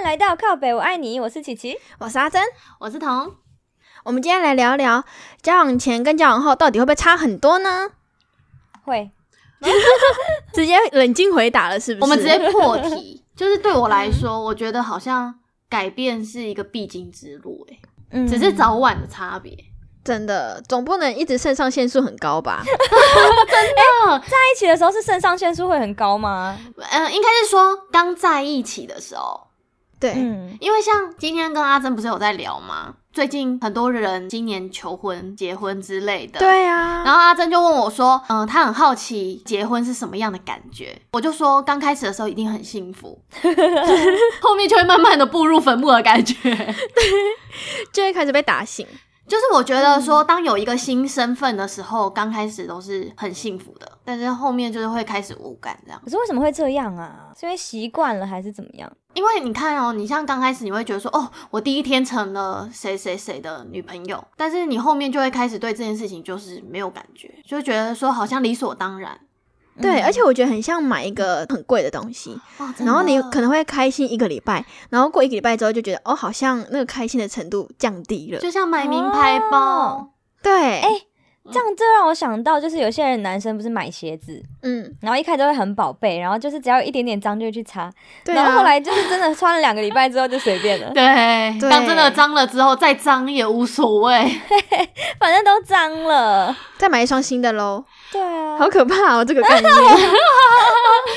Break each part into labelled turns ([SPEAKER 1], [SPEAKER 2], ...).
[SPEAKER 1] 迎来到靠北，我爱你，我是琪琪。
[SPEAKER 2] 我是阿珍，
[SPEAKER 3] 我是彤，
[SPEAKER 2] 我们今天来聊聊交往前跟交往后到底会不会差很多呢？
[SPEAKER 1] 会，
[SPEAKER 2] 直接冷静回答了，是不是？
[SPEAKER 3] 我们直接破题，就是对我来说，我觉得好像改变是一个必经之路、欸，
[SPEAKER 1] 嗯
[SPEAKER 3] 只是早晚的差别。
[SPEAKER 2] 真的，总不能一直肾上腺素很高吧？
[SPEAKER 1] 在一起的时候是肾上腺素会很高吗？
[SPEAKER 3] 嗯、应该是说刚在一起的时候，
[SPEAKER 2] 对，
[SPEAKER 1] 嗯，
[SPEAKER 3] 因为像今天跟阿珍不是有在聊吗？最近很多人今年求婚、结婚之类的，
[SPEAKER 2] 对啊，
[SPEAKER 3] 然后阿珍就问我说：“嗯、她很好奇结婚是什么样的感觉。”我就说：“刚开始的时候一定很幸福， 后面就会慢慢的步入坟墓的感觉。
[SPEAKER 2] 就会开始被打醒。
[SPEAKER 3] 就是我觉得说，当有一个新身份的时候，刚开始都是很幸福的，但是后面就是会开始无感这样。
[SPEAKER 1] 可是为什么会这样啊？是因为习惯了还是怎么样？
[SPEAKER 3] 因为你看哦，你像刚开始你会觉得说，哦，我第一天成了谁谁谁的女朋友，但是你后面就会开始对这件事情就是没有感觉，就会觉得说好像理所当然。
[SPEAKER 2] 对，
[SPEAKER 1] 嗯
[SPEAKER 2] 而且我觉得很像买一个很贵的东西，
[SPEAKER 3] 哇，真的
[SPEAKER 2] 然后你可能会开心一个礼拜，然后过一个礼拜之后就觉得，哦，好像那个开心的程度降低了。
[SPEAKER 3] 就像买名牌包。
[SPEAKER 1] 哦
[SPEAKER 2] 对，哎、
[SPEAKER 1] 这样这让我想到，就是有些人男生不是买鞋子，
[SPEAKER 2] 嗯，
[SPEAKER 1] 然后一开始都会很宝贝，然后就是只要有一点点脏就会去擦，
[SPEAKER 2] 对
[SPEAKER 1] 然
[SPEAKER 2] 啊，
[SPEAKER 1] 后后来就是真的穿了两个礼拜之后就随便了，
[SPEAKER 3] 对，
[SPEAKER 2] 对
[SPEAKER 3] 当真的脏了之后，再脏也无所谓。
[SPEAKER 1] 反正都脏了。
[SPEAKER 2] 再买一双新的喽，
[SPEAKER 1] 对啊，
[SPEAKER 2] 好可怕哦，这个概念。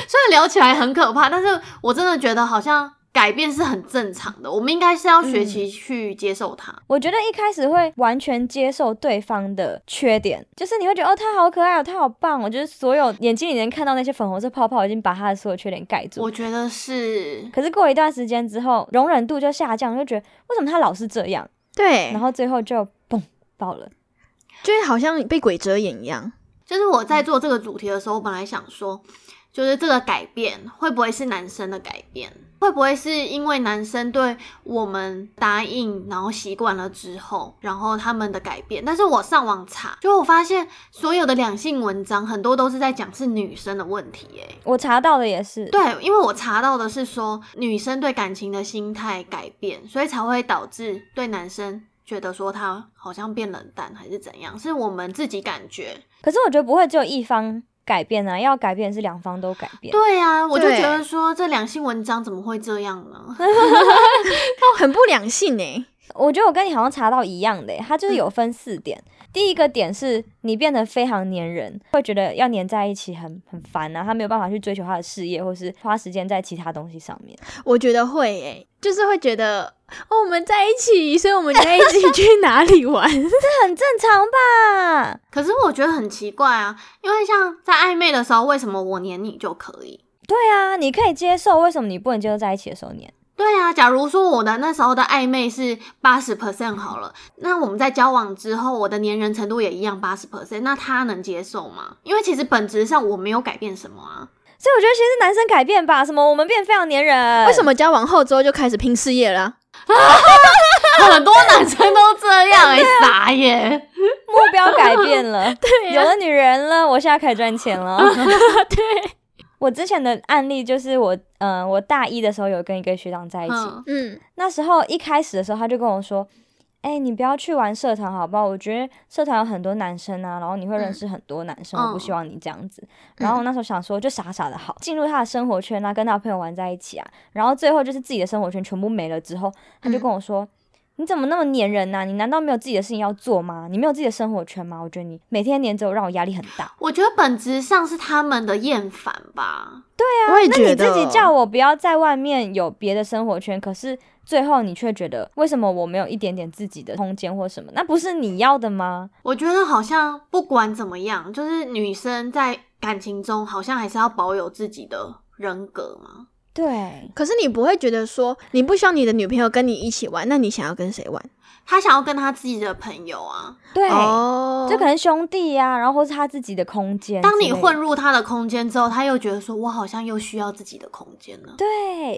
[SPEAKER 3] 虽然聊起来很可怕，但是我真的觉得好像改变是很正常的，我们应该是要学习去接受它。
[SPEAKER 1] 我觉得一开始会完全接受对方的缺点，就是你会觉得哦，他好可爱哦，他好棒哦，我觉得所有眼睛里能看到那些粉红色泡泡已经把他的所有缺点盖住。
[SPEAKER 3] 我觉得是，
[SPEAKER 1] 可是过一段时间之后，容忍度就下降，就觉得为什么他老是这样，
[SPEAKER 2] 对
[SPEAKER 1] 然，后最后就嘣爆了。
[SPEAKER 2] 就是好像被鬼遮眼一样。
[SPEAKER 3] 就是我在做这个主题的时候，我本来想说，就是这个改变会不会是男生的改变？会不会是因为男生对我们答应，然后习惯了之后，然后他们的改变？但是我上网查，就我发现所有的两性文章很多都是在讲是女生的问题、欸，
[SPEAKER 1] 我查到的也是，
[SPEAKER 3] 对，因为我查到的是说，女生对感情的心态改变，所以才会导致对男生觉得说他好像变冷淡还是怎样，是我们自己感觉。
[SPEAKER 1] 可是我觉得不会只有一方改变啊，要改变是两方都改变。
[SPEAKER 3] 对啊，我就
[SPEAKER 2] 对
[SPEAKER 3] 觉得说这两性文章怎么会这样呢？
[SPEAKER 2] 哦很不良性哎、
[SPEAKER 1] 我觉得我跟你好像查到一样的耶，它就是有分四点。第一个点是你变得非常黏人，会觉得要黏在一起很很烦啊，他没有办法去追求他的事业，或是花时间在其他东西上面。
[SPEAKER 2] 我觉得会哎、就是会觉得哦，我们在一起，所以我们在一起去哪里玩？
[SPEAKER 1] 这很正常吧？
[SPEAKER 3] 可是我觉得很奇怪啊，因为像在暧昧的时候，为什么我黏你就可以？
[SPEAKER 1] 对啊，你可以接受，为什么你不能接受在一起的时候黏？
[SPEAKER 3] 对啊，假如说我的那时候的暧昧是八十 percent 好了，那我们在交往之后，我的粘人程度也一样八十 percent，那他能接受吗？因为其实本质上我没有改变什么啊。
[SPEAKER 1] 所以我觉得其实是男生改变吧，什么我们变非常黏人，
[SPEAKER 2] 为什？么交往后之后就开始拼事业了啊？
[SPEAKER 3] 很多男生都这样 哎、傻耶！
[SPEAKER 1] 目标改变了，
[SPEAKER 2] 对啊
[SPEAKER 1] 有了女人了，我现在可以赚钱了。
[SPEAKER 2] 对，
[SPEAKER 1] 我之前的案例就是我，嗯、我大一的时候有跟一个学长在一起，
[SPEAKER 3] 嗯，
[SPEAKER 2] 嗯，
[SPEAKER 1] 那时候一开始的时候，他就跟我说：“哎、你不要去玩社团好不好？我觉得社团有很多男生啊，然后你会认识很多男生，
[SPEAKER 3] 嗯
[SPEAKER 1] 我不希望你这样子。然后我那时候想说，就傻傻的好，进入他的生活圈啊，跟他的朋友玩在一起啊，然后最后就是自己的生活圈全部没了之后，他
[SPEAKER 3] 嗯
[SPEAKER 1] 就跟我说。你怎么那么黏人啊呐、你难道没有自己的事情要做吗？你没有自己的生活圈吗？我觉得你每天黏着我，让我压力很大。
[SPEAKER 3] 我觉得本质上是他们的厌烦吧。
[SPEAKER 2] 我也
[SPEAKER 1] 那
[SPEAKER 2] 觉
[SPEAKER 1] 你
[SPEAKER 2] 得
[SPEAKER 1] 自己叫我不要在外面有别的生活圈，可是最后你却觉得为什么我没有一点点自己的空间或什么？那不是你要的吗？
[SPEAKER 3] 我觉得好像不管怎么样，就是女生在感情中好像还是要保有自己的人格嘛。
[SPEAKER 1] 对，
[SPEAKER 2] 可是你不会觉得说你不希望你的女朋友跟你一起玩，那你想要跟谁玩？
[SPEAKER 3] 她想要跟她自己的朋友啊，
[SPEAKER 1] 对，
[SPEAKER 2] 哦
[SPEAKER 1] 就可能兄弟呀、然后或是他自己的空间之类的。
[SPEAKER 3] 当你混入他的空间之后，他又觉得说，我好像又需要自己的空间了。
[SPEAKER 1] 对，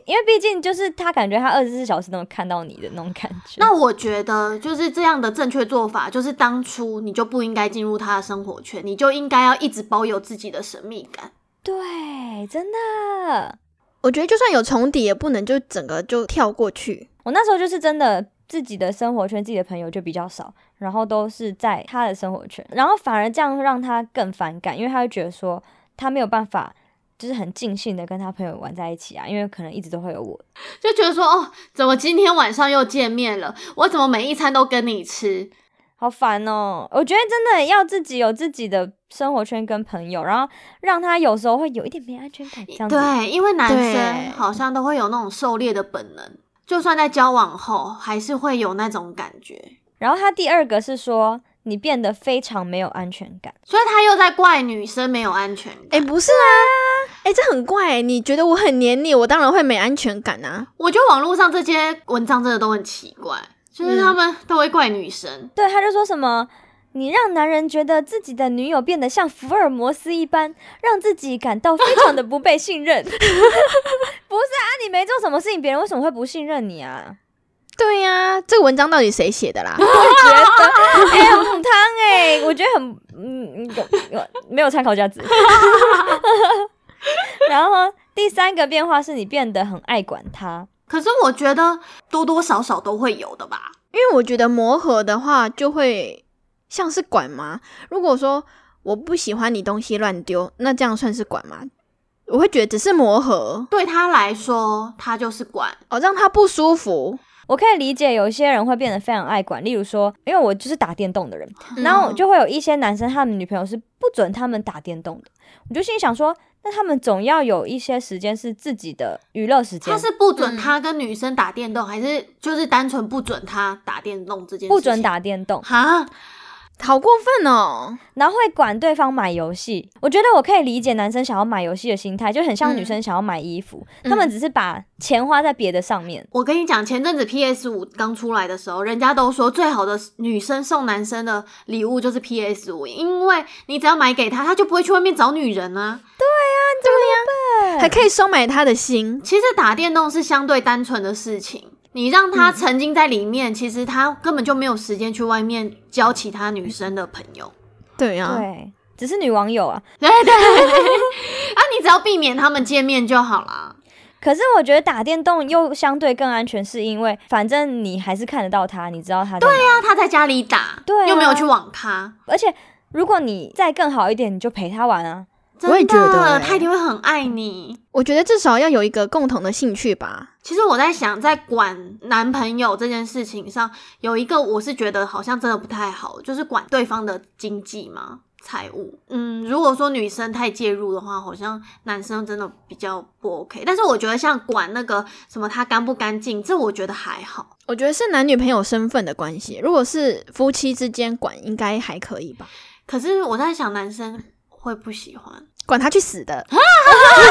[SPEAKER 1] 因为毕竟就是他感觉他二十四小时都能看到你的那种感觉。
[SPEAKER 3] 那我觉得就是这样的正确做法，就是当初你就不应该进入他的生活圈，你就应该要一直保有自己的神秘感。
[SPEAKER 1] 对，真的。
[SPEAKER 2] 我觉得就算有重叠，也不能就整个就跳过去。
[SPEAKER 1] 我那时候就是真的自己的生活圈、自己的朋友就比较少，然后都是在他的生活圈，然后反而这样让他更反感，因为他会觉得说他没有办法。就是很尽兴的跟他朋友玩在一起啊，因为可能一直都会有我。
[SPEAKER 3] 就觉得说哦，怎么今天晚上又见面了？我怎么每一餐都跟你吃？
[SPEAKER 1] 好烦哦！我觉得真的要自己有自己的生活圈跟朋友，然后让他有时候会有一点没安全感，这样子。
[SPEAKER 3] 对，因为男
[SPEAKER 2] 对
[SPEAKER 3] 生好像都会有那种狩猎的本能，就算在交往后，还是会有那种感觉。
[SPEAKER 1] 然后他第二个是说你变得非常没有安全感，
[SPEAKER 3] 所以他又在怪女生没有安全
[SPEAKER 2] 哎、
[SPEAKER 3] 感。
[SPEAKER 2] 不是啊，哎、这很怪、你觉得我很黏你，我当然会没安全感啊。
[SPEAKER 3] 我觉得网络上这些文章真的都很奇怪，
[SPEAKER 1] 嗯
[SPEAKER 3] 就是他们都会怪女生。
[SPEAKER 1] 对，他就说什么。你让男人觉得自己的女友变得像福尔摩斯一般，让自己感到非常的不被信任。 不是啊，你没做什么事情，别人为什么会不信任你啊？
[SPEAKER 2] 对呀、这个文章到底谁写的啦？
[SPEAKER 1] 觉得，哎、很母汤哎、我觉得很，嗯，有有没有参考价值。 然后第三个变化是你变得很爱管他，
[SPEAKER 3] 可是我觉得多多少少都会有的吧。
[SPEAKER 2] 因为我觉得磨合的话，就会像是管吗？如果说我不喜欢你东西乱丢，那这样算是管吗？我会觉得只是磨合
[SPEAKER 3] 对他来说，他就是管。
[SPEAKER 2] 哦，让他不舒服。
[SPEAKER 1] 我可以理解有一些人会变得非常爱管，例如说，因为我就是打电动的人，
[SPEAKER 2] 嗯
[SPEAKER 1] 然后就会有一些男生他们女朋友是不准他们打电动的，我就心里想说，那他们总要有一些时间是自己的娱乐时间
[SPEAKER 3] 他。是不准
[SPEAKER 2] 嗯
[SPEAKER 3] 他跟女生打电动，还是就是单纯不准他打电动这件事情？
[SPEAKER 1] 不准打电动，
[SPEAKER 3] 哈，
[SPEAKER 2] 好过分哦！
[SPEAKER 1] 然后会管对方买游戏。我觉得我可以理解男生想要买游戏的心态，就很像女生想要买衣服，
[SPEAKER 2] 嗯
[SPEAKER 1] 他们只是把钱花在别的上面。
[SPEAKER 3] 我跟你讲，前阵子 PS 五刚出来的时候，人家都说最好的女生送男生的礼物就是 PS 五，因为你只要买给他，他就不会去外面找女人啊。
[SPEAKER 2] 还可以收买他的心，
[SPEAKER 3] 其实打电动是相对单纯的事情，你让
[SPEAKER 2] 嗯
[SPEAKER 3] 他沉浸在里面，其实他根本就没有时间去外面交其他女生的朋友。
[SPEAKER 2] 对啊，
[SPEAKER 1] 对，只是女网友啊。
[SPEAKER 3] 对对对， 啊，你只要避免他们见面就好啦。
[SPEAKER 1] 可是我觉得打电动又相对更安全，是因为反正你还是看得到他，你知道他对呀、
[SPEAKER 3] 那他在家里打，
[SPEAKER 1] 对啊
[SPEAKER 3] 又没有去网咖，
[SPEAKER 1] 而且如果你再更好一点，你就陪他玩啊。
[SPEAKER 3] 真
[SPEAKER 2] 我也
[SPEAKER 3] 的
[SPEAKER 2] 觉得欸
[SPEAKER 3] 他一定会很爱你。
[SPEAKER 2] 我觉得至少要有一个共同的兴趣吧。
[SPEAKER 3] 其实我在想，在管男朋友这件事情上，有一个我是觉得好像真的不太好，就是管对方的经济嘛、财务。嗯，如果说女生太介入的话，好像男生真的比较不 OK。但是我觉得像管那个什么他干不干净，这我觉得还好。
[SPEAKER 2] 我觉得是男女朋友身份的关系，如果是夫妻之间管，应该还可以吧？
[SPEAKER 3] 可是我在想，男生会不喜欢
[SPEAKER 2] 管他去死 的，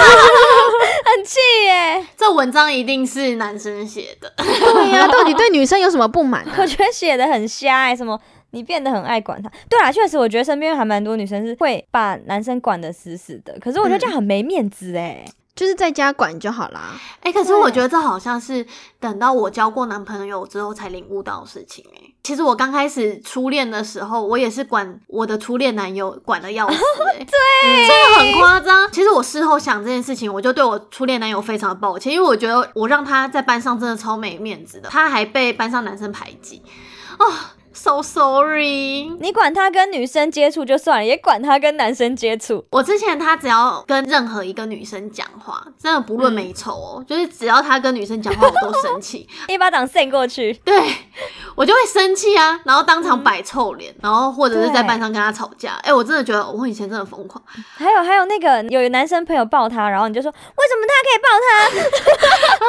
[SPEAKER 1] 很气耶！
[SPEAKER 3] 这文章，一定是男生写的。
[SPEAKER 2] 对呀、到底对女生有什么不满、啊
[SPEAKER 1] 我？觉得写的很瞎哎、什么你变得很爱管他。对啦，确实，我觉得身边还蛮多女生是会把男生管得死死的，可是我觉得这样很没面子哎、
[SPEAKER 2] 就是在家管就好啦。
[SPEAKER 3] 哎、可是
[SPEAKER 1] 对
[SPEAKER 3] 我觉得这好像是等到我交过男朋友之后才领悟到的事情、欸。哎，其实我刚开始初恋的时候，我也是管我的初恋男友管的要死、欸，对，真的很夸张。其实我事后想这件事情，我就对我初恋男友非常的抱歉，因为我觉得我让他在班上真的超没面子的，他还被班上男生排挤，哦、s o sorry。
[SPEAKER 1] 你管他跟女生接触就算了，也管他跟男生接触。
[SPEAKER 3] 我之前他只要跟任何一个女生讲话，真的不论美丑哦，就是只要他跟女生讲话，我都生气。
[SPEAKER 1] 一巴掌扇过去，
[SPEAKER 3] 对，我就会生气啊，然后当
[SPEAKER 1] 嗯
[SPEAKER 3] 场摆臭脸，然后或者是在班上跟他吵架。哎、我真的觉得我以前真的疯狂，
[SPEAKER 1] 还有还有那个有男生朋友抱她，然后你就说为什么他可以抱她？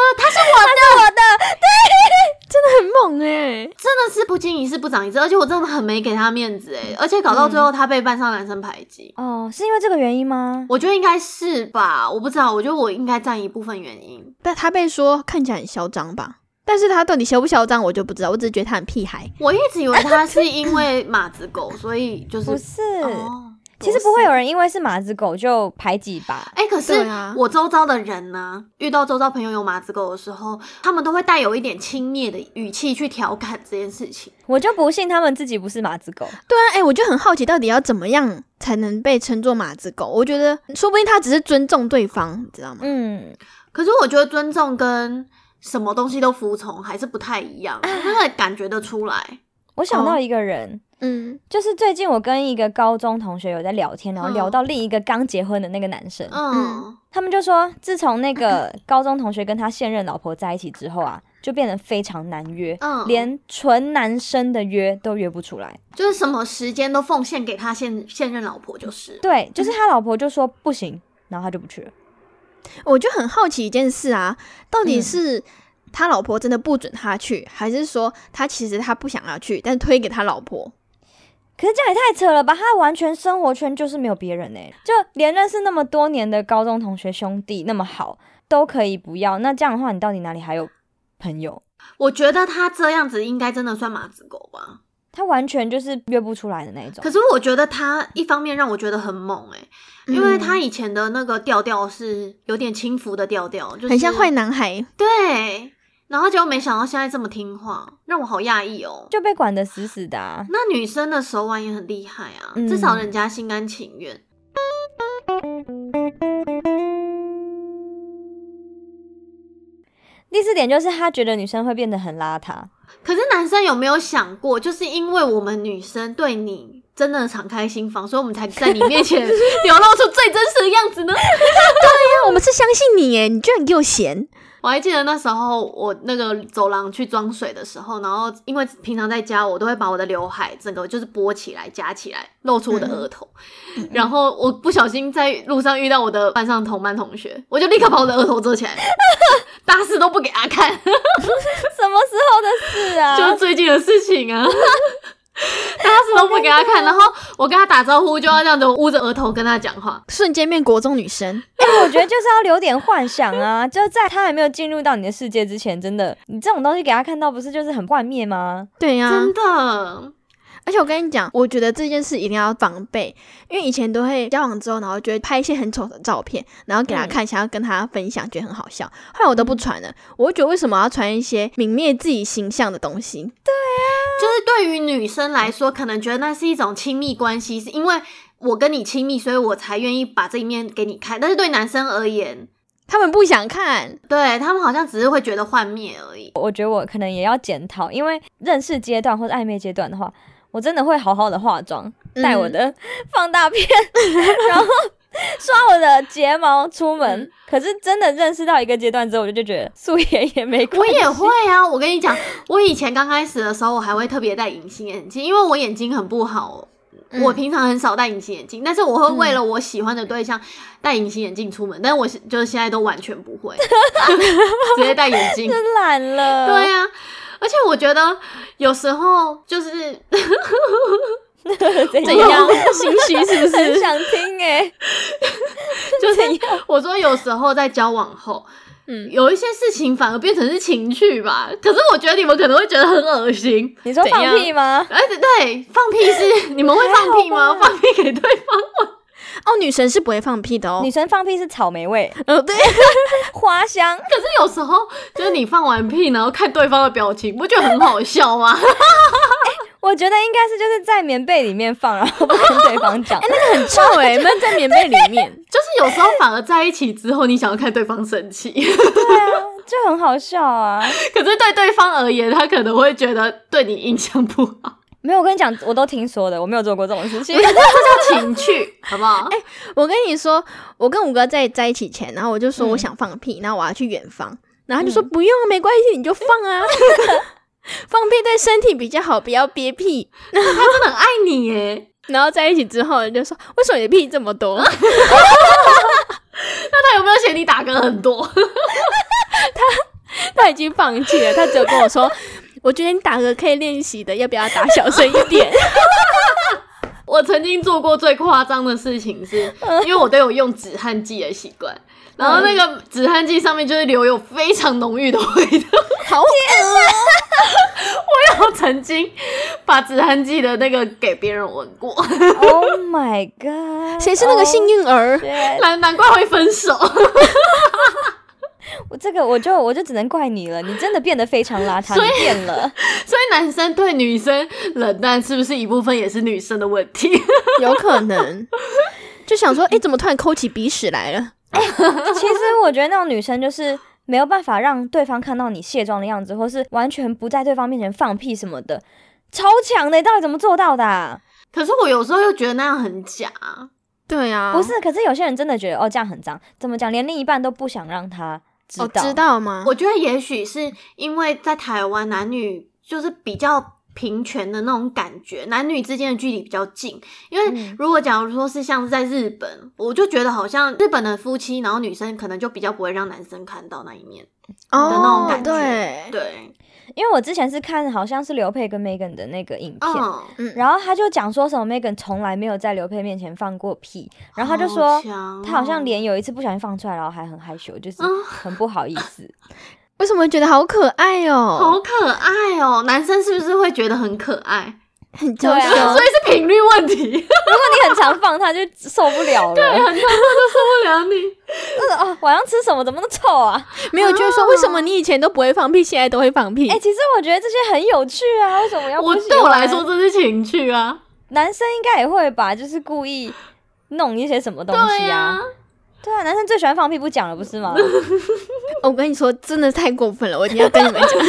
[SPEAKER 2] 很猛哎、
[SPEAKER 3] 真的是不经一事不长一智，而且我真的很没给他面子哎、而且搞
[SPEAKER 1] 嗯
[SPEAKER 3] 到最后他被班上男生排挤，
[SPEAKER 1] 哦，是因为这个原因吗？
[SPEAKER 3] 我觉得应该是吧，我不知道，我觉得我应该占一部分原因。
[SPEAKER 2] 但他被说看起来很嚣张吧？但是他到底嚣不嚣张，我就不知道。我只是觉得他很屁孩。
[SPEAKER 3] 我一直以为他是因 为马子狗，所以就是
[SPEAKER 1] 不是，
[SPEAKER 3] 哦，
[SPEAKER 1] 其实不会有人因为是马子狗就排挤吧？
[SPEAKER 3] 哎、可是
[SPEAKER 2] 对啊
[SPEAKER 3] 我周遭的人呢、遇到周遭朋友有马子狗的时候，他们都会带有一点轻蔑的语气去调侃这件事情。
[SPEAKER 1] 我就不信他们自己不是马子狗。
[SPEAKER 2] 对啊，哎、我就很好奇，到底要怎么样才能被称作马子狗？我觉得说不定他只是尊重对方，你知道吗？
[SPEAKER 1] 嗯，
[SPEAKER 3] 可是我觉得尊重跟什么东西都服从还是不太一
[SPEAKER 2] 啊
[SPEAKER 3] 样，那个感觉得出来。
[SPEAKER 1] 我想到一个人，
[SPEAKER 2] 嗯
[SPEAKER 1] 就是最近我跟一个高中同学有在聊天，然后
[SPEAKER 3] 嗯
[SPEAKER 1] 聊到另一个刚结婚的那个男生，
[SPEAKER 3] 嗯，
[SPEAKER 1] 他们就说，自从那个高中同学跟他现任老婆在一起之后啊，就变得非常难约，
[SPEAKER 3] 嗯
[SPEAKER 1] 连纯男生的约都约不出来。
[SPEAKER 3] 就是什么时间都奉献给他现现任老婆就是。
[SPEAKER 1] 对，就是他老婆就说不行，然后他就不去了。
[SPEAKER 2] 我就很好奇一件事啊，到底
[SPEAKER 1] 嗯
[SPEAKER 2] 是他老婆真的不准他去，还是说他其实他不想要去，但是推给他老婆？
[SPEAKER 1] 可是这样也太扯了吧！他完全生活圈就是没有别人呢、欸就连认识那么多年的高中同学兄弟那么好，都可以不要。那这样的话，你到底哪里还有朋友？
[SPEAKER 3] 我觉得他这样子应该真的算马子狗吧。
[SPEAKER 1] 他完全就是约不出来的那一种
[SPEAKER 3] 可。是我觉得他一方面让我觉得很猛哎、
[SPEAKER 2] 嗯
[SPEAKER 3] 因为他以前的那个调调是有点轻浮的调调，就是
[SPEAKER 2] 很像坏男孩，
[SPEAKER 3] 对，然后结果没想到现在这么听话，让我好讶异哦。
[SPEAKER 1] 就被管得死死的、啊。
[SPEAKER 3] 那女生的手腕也很厉害啊，
[SPEAKER 1] 嗯
[SPEAKER 3] 至少人家心甘情愿。
[SPEAKER 1] 第四点就是他觉得女生会变得很邋遢，
[SPEAKER 3] 可是男生有没有想过，就是因为我们女生对你真的敞开心房，所以我们才在你面前流露出最真实的样子呢？
[SPEAKER 2] 那啊我们是相信你耶，你居然给我嫌，
[SPEAKER 3] 我还记得那时候我那个走廊去装水的时候，然后因为平常在家我都会把我的刘海整个就是拨起来夹起来，露出我的额头。然后我不小心在路上遇到我的班上同班同学，我就立刻把我的额头遮起来，打死都不给他看，
[SPEAKER 1] 什么时候的事啊？
[SPEAKER 3] 就是最近的事情啊。 打死都不给他 看，然后我跟他打招呼就要这样子捂着额头跟他讲话。
[SPEAKER 2] 瞬间变国中女生。
[SPEAKER 1] 哎我觉得就是要留点幻想啊！就在他还没有进入到你的世界之前，真的，你这种东西给他看到，不是就是很幻灭吗？
[SPEAKER 2] 对啊呀、
[SPEAKER 3] 真的，
[SPEAKER 2] 而且我跟你讲，我觉得这件事一定要防备，因为以前都会交往之后，然后就会拍一些很丑的照片，然后给他看，想要跟他分享，觉得很好笑。后来我都不传了，我会觉得为什么要传一些泯灭自己形象的东西？
[SPEAKER 3] 就是对于女生来说，可能觉得那是一种亲密关系，是因为我跟你亲密，所以我才愿意把这一面给你看。但是对男生而言，
[SPEAKER 2] 他们不 想看，
[SPEAKER 3] 对他们好像只是会觉得幻灭而已。
[SPEAKER 1] 我觉得我可能也要检讨，因为认识阶段或者暧昧阶段的话，我真的会好好的化妆，
[SPEAKER 2] 嗯
[SPEAKER 1] 带我的 放大片，然后刷我的睫毛出门。
[SPEAKER 3] 嗯
[SPEAKER 1] 可是真的认识到一个阶段之后，我就觉得素颜也没关
[SPEAKER 3] 我
[SPEAKER 1] 系。
[SPEAKER 3] 也会啊，我跟你讲，我以前刚开始的时候，我还会特别戴隐形眼镜，因为我眼睛很不好，
[SPEAKER 2] 嗯
[SPEAKER 3] 我平常很少戴隐形眼镜，但是我会为了我喜欢的对象戴隐形眼镜出门，但是我是就是现在都完全不 会，直接戴眼镜。
[SPEAKER 1] 真懒了，
[SPEAKER 3] 对啊，而且我觉得有时候 就是
[SPEAKER 1] 怎
[SPEAKER 2] 怎
[SPEAKER 1] 样？
[SPEAKER 2] 样 心虚是不
[SPEAKER 1] 很
[SPEAKER 2] 是？
[SPEAKER 1] 想听哎、
[SPEAKER 3] 就是我说有时候在交往后，
[SPEAKER 2] 嗯
[SPEAKER 3] 有一些事情反而变成是情趣吧。可是我觉得你们可能会觉得很 恶心，
[SPEAKER 1] 你说
[SPEAKER 2] 怎
[SPEAKER 1] 放
[SPEAKER 2] 样
[SPEAKER 1] 屁吗？
[SPEAKER 3] 而且哎对放屁是 你们会放屁吗？放屁给对方，
[SPEAKER 2] 哦，女神是不会放屁的哦
[SPEAKER 1] 女。生放屁是草莓味、
[SPEAKER 2] 呃，对，
[SPEAKER 1] 花香，
[SPEAKER 3] 可是有时候就是你放完屁，然后看对方的表情，不觉得很好笑吗？
[SPEAKER 1] 我觉得应该是就是在棉被里面放，然后不跟对方讲。
[SPEAKER 2] 很臭 哎、闷在棉被里面。
[SPEAKER 3] 就是有时候反而在一起之后，你想要看对方生气，
[SPEAKER 1] 对啊，就很好笑啊。
[SPEAKER 3] 可是对对方而言，他可能会觉得对你印象不好，
[SPEAKER 1] 没有，我跟你讲，我都听说的，我没有做过这种事情。
[SPEAKER 3] 这叫情趣，好不好？
[SPEAKER 2] 我跟你说，我跟五哥在在一起前，然后我就说
[SPEAKER 1] 嗯
[SPEAKER 2] 我想放屁，然后我要去远方，然后他就说不用，啊没关系，你就放啊， 放屁对身体比较好，不要憋屁。
[SPEAKER 3] 他真的很爱你耶。
[SPEAKER 2] 然后在一起之后就说，为什么你的屁这么多？
[SPEAKER 3] 那他有没有嫌你打嗝很多？
[SPEAKER 2] 他已经放弃了，他只有跟我说， 我觉得你打嗝可以练习的，要不要打小声一点？
[SPEAKER 3] 我曾经做过最夸张的事情是，因为我都有用止汗剂的习惯，然后那个止汗剂上面就是留有非常浓郁的味道。
[SPEAKER 2] 好
[SPEAKER 3] 我曾经把止汗剂的那个给别人闻过，
[SPEAKER 1] Oh my god！ Oh
[SPEAKER 2] 谁是那个幸运儿？
[SPEAKER 1] 对，
[SPEAKER 3] 难难怪会分手。
[SPEAKER 1] 我这个我就我就只能怪你了，你真的变得非常邋遢，
[SPEAKER 3] 所以
[SPEAKER 1] 你变了。
[SPEAKER 3] 所以男生对女生冷淡，是不是一部分也是女生的问题？
[SPEAKER 2] 有可能。就想说，哎、怎么突然抠起鼻屎来了？
[SPEAKER 1] 其实我觉得那种女生就是没有办法让对方看到你卸妆的样子，或是完全不在对方面前放屁什么的，超强的，你到底怎么做到的啊、
[SPEAKER 3] 可是我有时候又觉得那样很假，
[SPEAKER 2] 对啊，
[SPEAKER 1] 不是，可是有些人真的觉得哦这样很脏，怎么讲，连另一半都不想让他知
[SPEAKER 2] 哦，
[SPEAKER 1] 道。
[SPEAKER 2] 知道吗？
[SPEAKER 3] 我觉
[SPEAKER 1] 嗯
[SPEAKER 3] 得也许是因为在台湾男女就是比较。平权的那种感觉，男女之间的距离比较近。因为
[SPEAKER 1] 嗯
[SPEAKER 3] 如果假如说是像是在日本，我就觉得好像日本的夫妻，然后女生可能就比较不会让男生看到那一面的那种
[SPEAKER 2] 哦，
[SPEAKER 3] 感觉。
[SPEAKER 1] 哎
[SPEAKER 2] 对，
[SPEAKER 3] 对，
[SPEAKER 1] 因为我之前是看好像是刘佩跟 Megan 的那个影片，
[SPEAKER 3] 嗯，
[SPEAKER 1] 然后他就讲说什么 Megan 从来没有在刘佩面前放过屁，然后他就说
[SPEAKER 3] 好强哦
[SPEAKER 1] 他好像连有一次不小心放出来，然后还很害羞，就是
[SPEAKER 3] 嗯
[SPEAKER 1] 很不好意思。
[SPEAKER 2] 为什么觉得好可爱
[SPEAKER 3] 好
[SPEAKER 2] 哦？
[SPEAKER 3] 可爱哦，男生是不是会觉得很可爱？
[SPEAKER 2] 很娇
[SPEAKER 1] 对啊
[SPEAKER 2] 羞
[SPEAKER 3] 所以，是频率问题，
[SPEAKER 1] 你很常放，他就受不了了。对，
[SPEAKER 3] 不了你。
[SPEAKER 1] 哦，晚上吃什么？怎么那么臭啊？
[SPEAKER 2] 没有就是说为什么你以前都不会放屁，现在都会放屁
[SPEAKER 1] 哎、？其实我觉得这些很有趣啊，为什么要
[SPEAKER 3] 我
[SPEAKER 1] 不喜
[SPEAKER 3] 对我
[SPEAKER 1] 欢
[SPEAKER 3] 来说，这是情趣啊。
[SPEAKER 1] 男生应该也会吧，就是故意弄一些什么东西
[SPEAKER 3] 对
[SPEAKER 1] 啊。对啊，男生最喜欢放屁不讲了，不 是吗？
[SPEAKER 2] 我跟你说，真的太过分了，我一定要跟你们讲。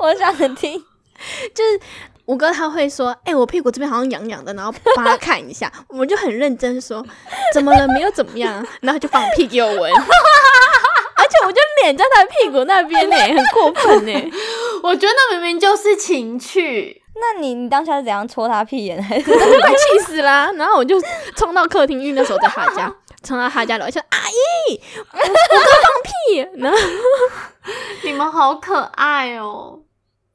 [SPEAKER 1] 我想听。
[SPEAKER 2] 我哥他会说：“哎、我屁股这边好像痒痒的，然后帮他看一下。” 我就很认真说：“怎么了？没有怎么样啊。” 然后就放屁给我闻， 而且我就脸在他屁股那边呢、很过分呢、
[SPEAKER 3] 啊我觉得那明明就是情趣，
[SPEAKER 1] 那你你当下是怎样戳他屁眼？还是
[SPEAKER 2] 我就快气死啦！然后我就冲到客厅，因为那时候在他家，冲到他家楼下，啊阿姨，我我哥放屁，然后
[SPEAKER 3] 你们好可爱哦。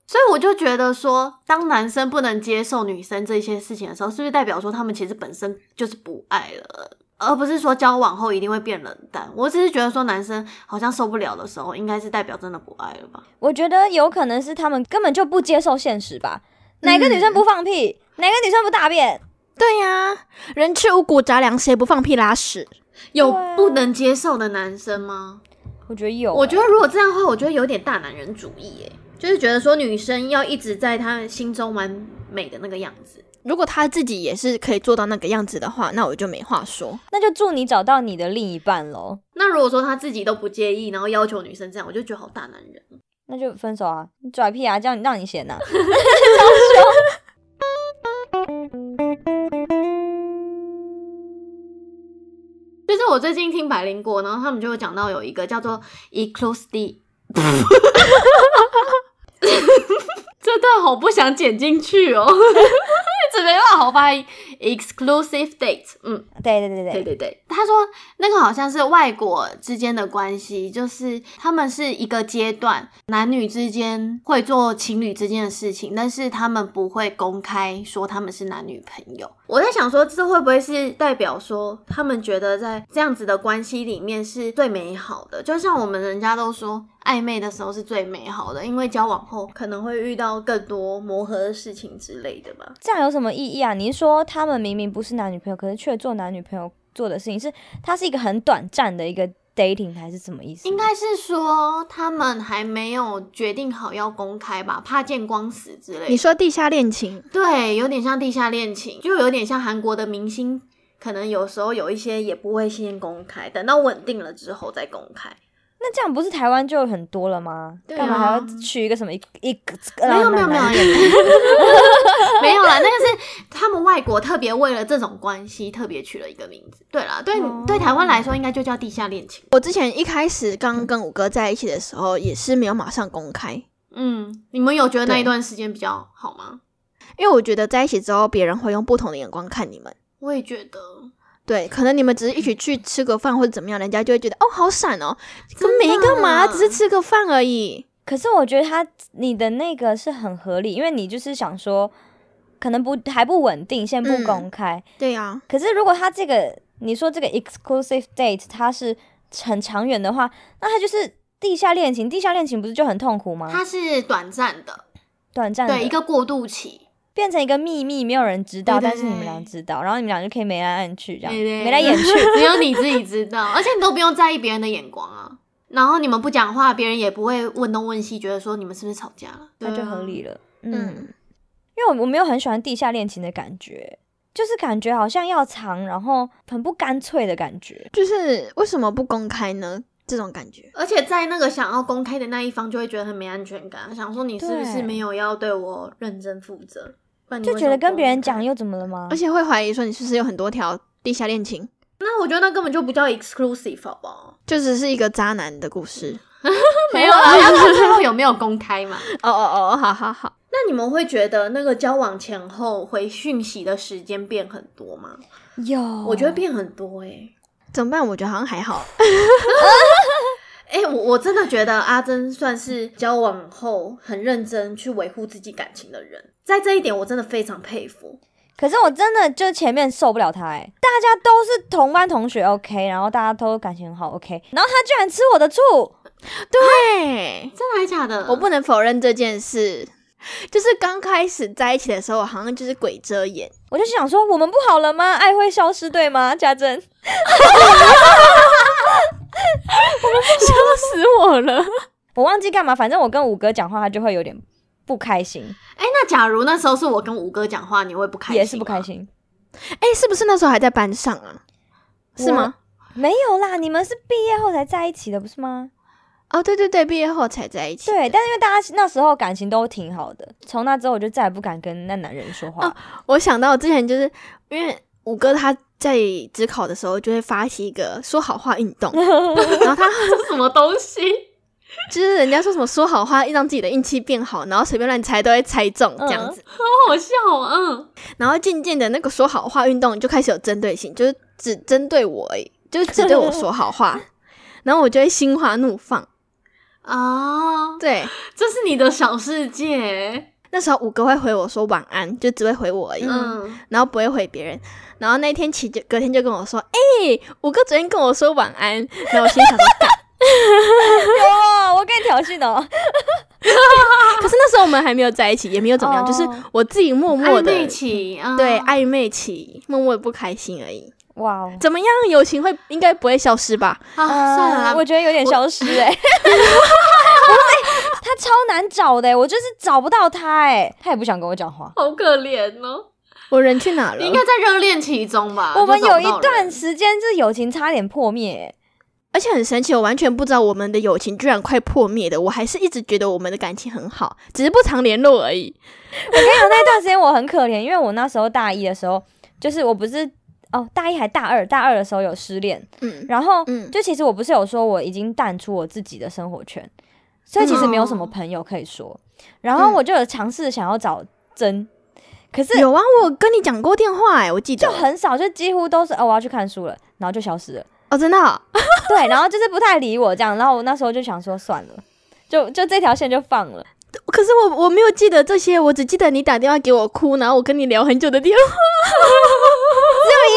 [SPEAKER 3] 所以我就觉得说，当男生不能接受女生这些事情的时候，是不是代表说他们其实本身就是不爱了，而不是说交往后一定会变冷淡？我只是觉得说，男生好像受不了的时候，应该是代表真的不爱了吧？
[SPEAKER 1] 我觉得有可能是他们根本就不接受现实吧。哪个女生不放
[SPEAKER 3] 嗯
[SPEAKER 1] 屁？哪个女生不大便？
[SPEAKER 2] 对呀、人吃五谷杂粮，谁不放屁拉屎？
[SPEAKER 3] 有
[SPEAKER 1] 对啊
[SPEAKER 3] 不能接受的男生吗？
[SPEAKER 1] 我觉得有欸、
[SPEAKER 3] 我觉得如果这样的话，我觉得有点大男人主义，哎，就是觉得说女生要一直在他心中完美的那个样子。
[SPEAKER 2] 如果他自己也是可以做到那个样子的话，那我就没话说。
[SPEAKER 1] 那就祝你找到你的另一半喽。
[SPEAKER 3] 那如果说他自己都不介意，然后要求女生这样，我就觉得好大男人。
[SPEAKER 1] 那就分手啊！你拽屁啊！叫你让你嫌呐、
[SPEAKER 3] 就是我最近听百灵果，然后他们就有讲到有一个叫做 Eclose D，这段好不想剪进去哦，一直没办法好发音。Exclusive date，嗯，
[SPEAKER 1] 对对对
[SPEAKER 3] 对
[SPEAKER 1] 对，
[SPEAKER 3] 对对，他说那个好像是外国之间的关系，就是他们是一个阶段，男女之间会做情侣之间的事情，但是他们不会公开说他们是男女朋友。我在想说，这会不会是代表说他们觉得在这样子的关系里面是最美好的？就像我们人家都说。暧昧的时候是最美好的，因为交往后可能会遇到更多磨合的事情之类的吧。
[SPEAKER 1] 这样有什么意义啊？你是说他们明明不是男女朋友，可是却做男女朋友做的事情，是它是一个很短暂的一个 dating 还是什么意思？
[SPEAKER 3] 应该是说他们还没有决定好要公开吧，怕见光死之类
[SPEAKER 2] 你
[SPEAKER 3] 的。
[SPEAKER 2] 说地下恋情，
[SPEAKER 3] 对，有点像地下恋情，就有点像韩国的明星，可能有时候有一些也不会先公开，等到稳定了之后再公开。
[SPEAKER 1] 那这样不是台湾就很多了吗？
[SPEAKER 2] 对啊
[SPEAKER 1] 干嘛还要取一个什么一一个？
[SPEAKER 2] 嗯
[SPEAKER 3] 没有没有没有， 没有啦，那个是他们外国特别为了这种关系特别取了一个名字。对啦，对、
[SPEAKER 1] 哦
[SPEAKER 3] 对，台湾来说应该就叫地下恋情。
[SPEAKER 2] 我之前一开始刚跟五哥在一起的时候，也是没有马上公开，
[SPEAKER 3] 嗯，你们有觉得那一
[SPEAKER 2] 对
[SPEAKER 3] 段时间比较好吗？
[SPEAKER 2] 因为我觉得在一起之后，别人会用不同的眼光看你们。
[SPEAKER 3] 我也觉得，
[SPEAKER 2] 对，可能你们只是一起去吃个饭或者怎么样，人家就会觉得哦，好闪哦，
[SPEAKER 3] 真
[SPEAKER 2] 跟
[SPEAKER 3] 的
[SPEAKER 2] 没干嘛，只是吃个饭而已。
[SPEAKER 1] 可是我觉得他你的那个是很合理，因为你就是想说，可能不还不稳定，先不
[SPEAKER 2] 嗯
[SPEAKER 1] 公开。
[SPEAKER 2] 对啊呀、
[SPEAKER 1] 可是如果他这个你说这个 exclusive date 它是很长远的话，那它就是地下恋情。地下恋情不是就很痛苦
[SPEAKER 2] 啊
[SPEAKER 1] 吗？
[SPEAKER 3] 它是短暂的，
[SPEAKER 1] 短暂的
[SPEAKER 3] 对，一个过渡期。
[SPEAKER 1] 变成一个秘密，没有人知道，
[SPEAKER 3] 对对
[SPEAKER 1] 但是你们俩知道，然后你们俩就可以眉来暗去这样，
[SPEAKER 3] 对对
[SPEAKER 1] 眉来眼 去。
[SPEAKER 3] 只有你自己知道，而且你都不用在意别人的眼光啊。然后你们不讲话，别人也不会问东问西，觉得说你们是不是吵架了，
[SPEAKER 1] 那就合
[SPEAKER 3] 对啊。
[SPEAKER 1] 理了。嗯，
[SPEAKER 2] 嗯，
[SPEAKER 1] 因为我我没有很喜欢地下恋情的感觉，就是感觉好像要藏，然后很不干脆的感觉。
[SPEAKER 2] 就是为什么不公开呢？这种感觉，
[SPEAKER 3] 而且在那个想要公开的那一方就会觉得很没安全感，想说你是不是
[SPEAKER 1] 对
[SPEAKER 3] 没有要对我认真负责，不然你
[SPEAKER 1] 就
[SPEAKER 3] 为
[SPEAKER 1] 觉
[SPEAKER 3] 什
[SPEAKER 1] 得
[SPEAKER 3] 么
[SPEAKER 1] 跟别人
[SPEAKER 3] 公开
[SPEAKER 1] 讲又怎么了吗
[SPEAKER 2] 而？且会怀疑说你是不是有很多条地下恋情，
[SPEAKER 3] 那我觉得那根本就不叫 exclusive 好不 好？
[SPEAKER 2] 就只是一个渣男的故事。
[SPEAKER 3] 没有啊， 要看最后有没有公开嘛。
[SPEAKER 2] 哦哦哦，好好好，
[SPEAKER 3] 那你们会觉得那个交往前后回讯息的时间变很多吗？
[SPEAKER 1] 有，
[SPEAKER 3] 我觉得变很多哎、欸。
[SPEAKER 2] 怎么办？我觉得好像还好，
[SPEAKER 3] 哎、我我真的觉得阿珍算是交往后很认真去维护自己感情的人，在这一点我真的非常佩服。
[SPEAKER 1] 可是我真的就前面受不了他、哎，大家都是同班同学，OK，然后大家都感情很好，OK，然后他居然吃我的醋，
[SPEAKER 2] 对。
[SPEAKER 3] 真的还假的？
[SPEAKER 2] 我不能否认这件事。就是刚开始在一起的时候，我好像就是鬼遮眼，
[SPEAKER 1] 我就想说我们不好了吗？爱会消失对吗？家珍，
[SPEAKER 2] 笑死我了。
[SPEAKER 1] 我忘记干嘛，反正我跟五哥讲话，他就会有点不开心，
[SPEAKER 3] 哎、那假如那时候是我跟五哥讲话，你会不开心？
[SPEAKER 1] 也是不开。心。
[SPEAKER 2] 哎、是不是那时候还在班上啊？是吗？
[SPEAKER 1] 没有啦，你们是毕业后才在一起的，不是吗？
[SPEAKER 2] 哦，对对对，毕业后才在一起。
[SPEAKER 1] 对，但是因为大家那时候感情都挺好的，从那之后我就再也不敢跟那男人说话。
[SPEAKER 3] 啊
[SPEAKER 2] 哦我想到我之前就是因为五哥他在职考的时候就会发起一个说好话运动，然后他
[SPEAKER 3] 这什么东西？
[SPEAKER 2] 就是人家说什么说好话让自己的运气变好，然后随便乱猜都会猜中这样子。
[SPEAKER 3] 好好笑啊！
[SPEAKER 2] 然后渐渐的那个说好话运动就开始有针对性，就是只针对我而已，就是只对我说好话，然后我就会心花怒放。
[SPEAKER 3] 嗯啊，
[SPEAKER 2] 对，
[SPEAKER 3] 这是你的小世界。
[SPEAKER 2] 那时候五哥会回我说晚安，就只会回我而已，
[SPEAKER 3] 嗯，
[SPEAKER 2] 然后不会回别人。然后那天起就隔天就跟我说，哎、五哥昨天跟我说晚安，然后我心里想说，干
[SPEAKER 1] 哇，我跟你挑衅 哦，
[SPEAKER 2] 可是那时候我们还没有在一起，也没有怎么样，
[SPEAKER 1] 哦
[SPEAKER 2] 就是我自己默默
[SPEAKER 3] 暧
[SPEAKER 2] 的
[SPEAKER 3] 昧期啊，
[SPEAKER 2] 对暧昧期，默默的不开心而已。
[SPEAKER 1] 哇哦，
[SPEAKER 2] 怎么样，友情会应该不会消失吧？
[SPEAKER 3] 啊，算了啦，
[SPEAKER 1] 呃我觉得有点消失 哎、欸。不是、欸，他超难找的、欸，我就是找不到他哎、欸，他也不想跟我讲话。
[SPEAKER 3] 好可怜哦。
[SPEAKER 2] 我人去哪了？
[SPEAKER 3] 你应该在热恋期中吧？
[SPEAKER 1] 呃我们
[SPEAKER 3] 啊就找
[SPEAKER 1] 有
[SPEAKER 3] 不到
[SPEAKER 1] 一段
[SPEAKER 3] 人
[SPEAKER 1] 时间，这友情差点破灭、欸。
[SPEAKER 2] 而且很神奇，我完全不知道我们的友情居然快破灭的，我还是一直觉得我们的感情很好，只是不常联络而已。
[SPEAKER 1] 我跟你讲，那段时间我很可怜，因为我那时候大一的时候，就是我不是哦，大一还大二，大二的时候有失恋，
[SPEAKER 2] 嗯，
[SPEAKER 1] 然后
[SPEAKER 2] 嗯
[SPEAKER 1] 就其实我不是有说我已经淡出我自己的生活圈，所以其实没有
[SPEAKER 2] 嗯
[SPEAKER 1] 什么朋友可以说。然后我就有尝试想要找真，可是
[SPEAKER 2] 有啊，我有跟你讲过电话哎、我记得
[SPEAKER 1] 就很少，就几乎都是哦，我要去看书了，然后就消失了。
[SPEAKER 2] 哦，真的哦、
[SPEAKER 1] 对，然后就是不太理我这样，然后我那时候就想说算了，就就这条线就放了。
[SPEAKER 2] 可是我我没有记得这些，我只记得你打电话给我哭，然后我跟你聊很久的电话。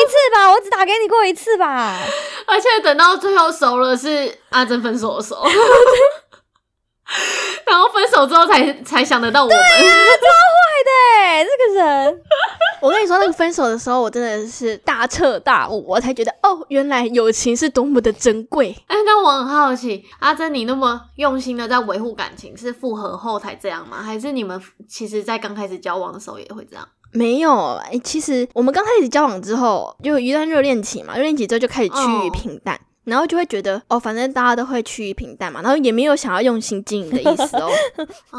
[SPEAKER 1] 是吧？我只打给你过一次吧。
[SPEAKER 3] 而且等到最后熟了，是阿珍分手的时候， 然后分手之后才才想得到我们。
[SPEAKER 1] 啊对，这个人
[SPEAKER 2] 我跟你说，那个分手的时候，我真的是大彻大悟，我才觉得哦，原来友情是多么的珍贵。
[SPEAKER 3] 哎、那我很好奇，阿珍，你那么用心的在维护感情，是复合后才这样吗？还是你们其实在刚开始交往的时候也会这样？
[SPEAKER 2] 没有，哎、其实我们刚开始交往之后，就有一段热恋期嘛，热恋期之后就开始趋于
[SPEAKER 3] 哦
[SPEAKER 2] 平淡。然后就会觉得哦，反正大家都会趋于平淡嘛，然后也没有想要用心经营的意思 哦，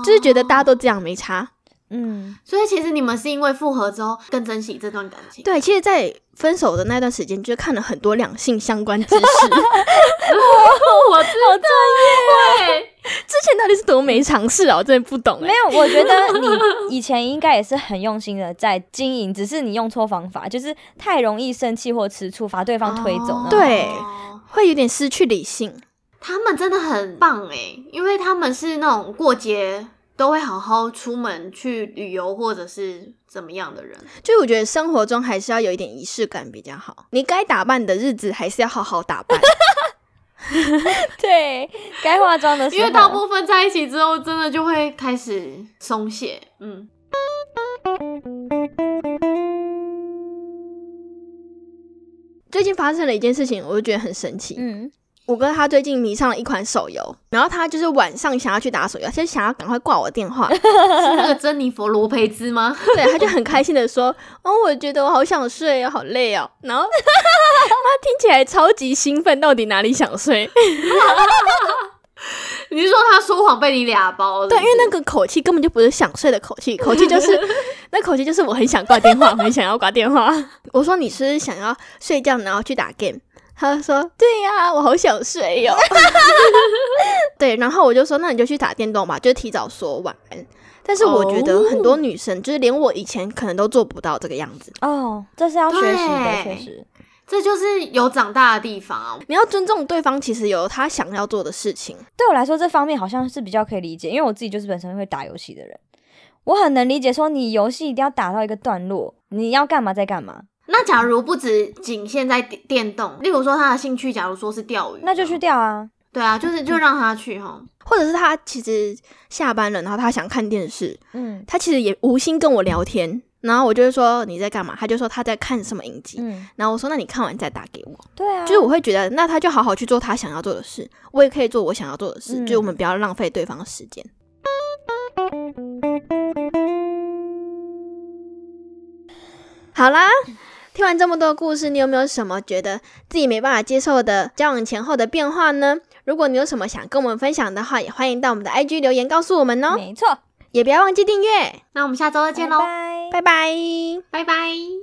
[SPEAKER 2] 就是觉得大家
[SPEAKER 3] 哦，
[SPEAKER 2] 都这样没差。
[SPEAKER 1] 嗯，
[SPEAKER 3] 所以其实你们是因为复合之后更珍惜这段感情。
[SPEAKER 2] 对，其实，在分手的那段时间，就看了很多两性相关知识，
[SPEAKER 3] 我知道，对，
[SPEAKER 2] 之前到底是多没尝试啊？我真的不懂、欸。
[SPEAKER 1] 没有，我觉得你以前应该也是很用心的在经营，只是你用错方法，就是太容易生气或吃醋，把对方推走
[SPEAKER 3] 哦
[SPEAKER 1] 那种。
[SPEAKER 2] 对会有点失去理性。
[SPEAKER 3] 他们真的很棒哎，因为他们是那种过节都会好好出门去旅游或者是怎么样的人。
[SPEAKER 2] 就我觉得生活中还是要有一点仪式感比较好。你该打扮的日子还是要好好打 扮。
[SPEAKER 1] 对，该化妆的时候，
[SPEAKER 3] 因为大部分在一起之后，真的就会开始松懈。嗯，
[SPEAKER 2] 最近发生了一件事情，我就觉得很神奇。
[SPEAKER 1] 嗯，
[SPEAKER 2] 我哥他最近迷上了一款手游，然后他就是晚上想要去打手游，就想要赶快挂我电 话。
[SPEAKER 3] 是那个珍妮佛罗培兹吗？
[SPEAKER 2] 对，他就很开心的说：“哦，我觉得我好想睡哦，好累哦。”然后 妈听起来超级兴奋，到底哪里想睡？
[SPEAKER 3] 你是说他说谎被你俩包了？
[SPEAKER 2] 对，因为那个口气根本就不是想睡的口气，口气就是 那口气就是我很想挂电话，我很想要挂电话。 我说你是不是想要睡觉，然后去打 game？他就说对呀、我好想睡哦哟、 对，然后我就说那你就去打电动吧，就提早说晚安。但是我觉得很多女生就是连我以前可能都做不到这个样子。
[SPEAKER 1] 哦，这是要学习的，
[SPEAKER 3] 对
[SPEAKER 1] 确实。
[SPEAKER 3] 这就是有长大的地方啊。
[SPEAKER 2] 你要尊重对方，其实有他想要做的事情。
[SPEAKER 1] 对我来说，这方面好像是比较可以理解，因为我自己就是本身会打游戏的人，我很能理解说你游戏一定要打到一个段落，你要干嘛再干嘛，
[SPEAKER 3] 那假如不止仅限在电电动，例如说他的兴趣，假如说是钓鱼，
[SPEAKER 1] 那就去。钓啊。
[SPEAKER 3] 对啊，就是就让他去哈。
[SPEAKER 2] 或者是他其实下班了，然后他想看电视，
[SPEAKER 1] 嗯
[SPEAKER 2] 他其实也无心跟我聊天，然后我就会说你在干嘛，他就说他在看什么影集，
[SPEAKER 1] 嗯，
[SPEAKER 2] 然后我说那你看完再打给我，
[SPEAKER 1] 对啊，
[SPEAKER 2] 就是我会觉得那他就好好去做他想要做的事，我也可以做我想要做的事，
[SPEAKER 1] 嗯
[SPEAKER 2] 就是我们不要浪费对方的时间。好啦，听完这么多故事，你有没有什么觉得自己没办法接受的交往前后的变化呢？如果你有什么想跟我们分享的话，也欢迎到我们的 IG 留言告诉我们哦，
[SPEAKER 1] 没错，
[SPEAKER 2] 也不要忘记订阅，
[SPEAKER 3] 那我们下周再见喽，
[SPEAKER 1] 拜拜
[SPEAKER 2] 拜拜。
[SPEAKER 3] 拜拜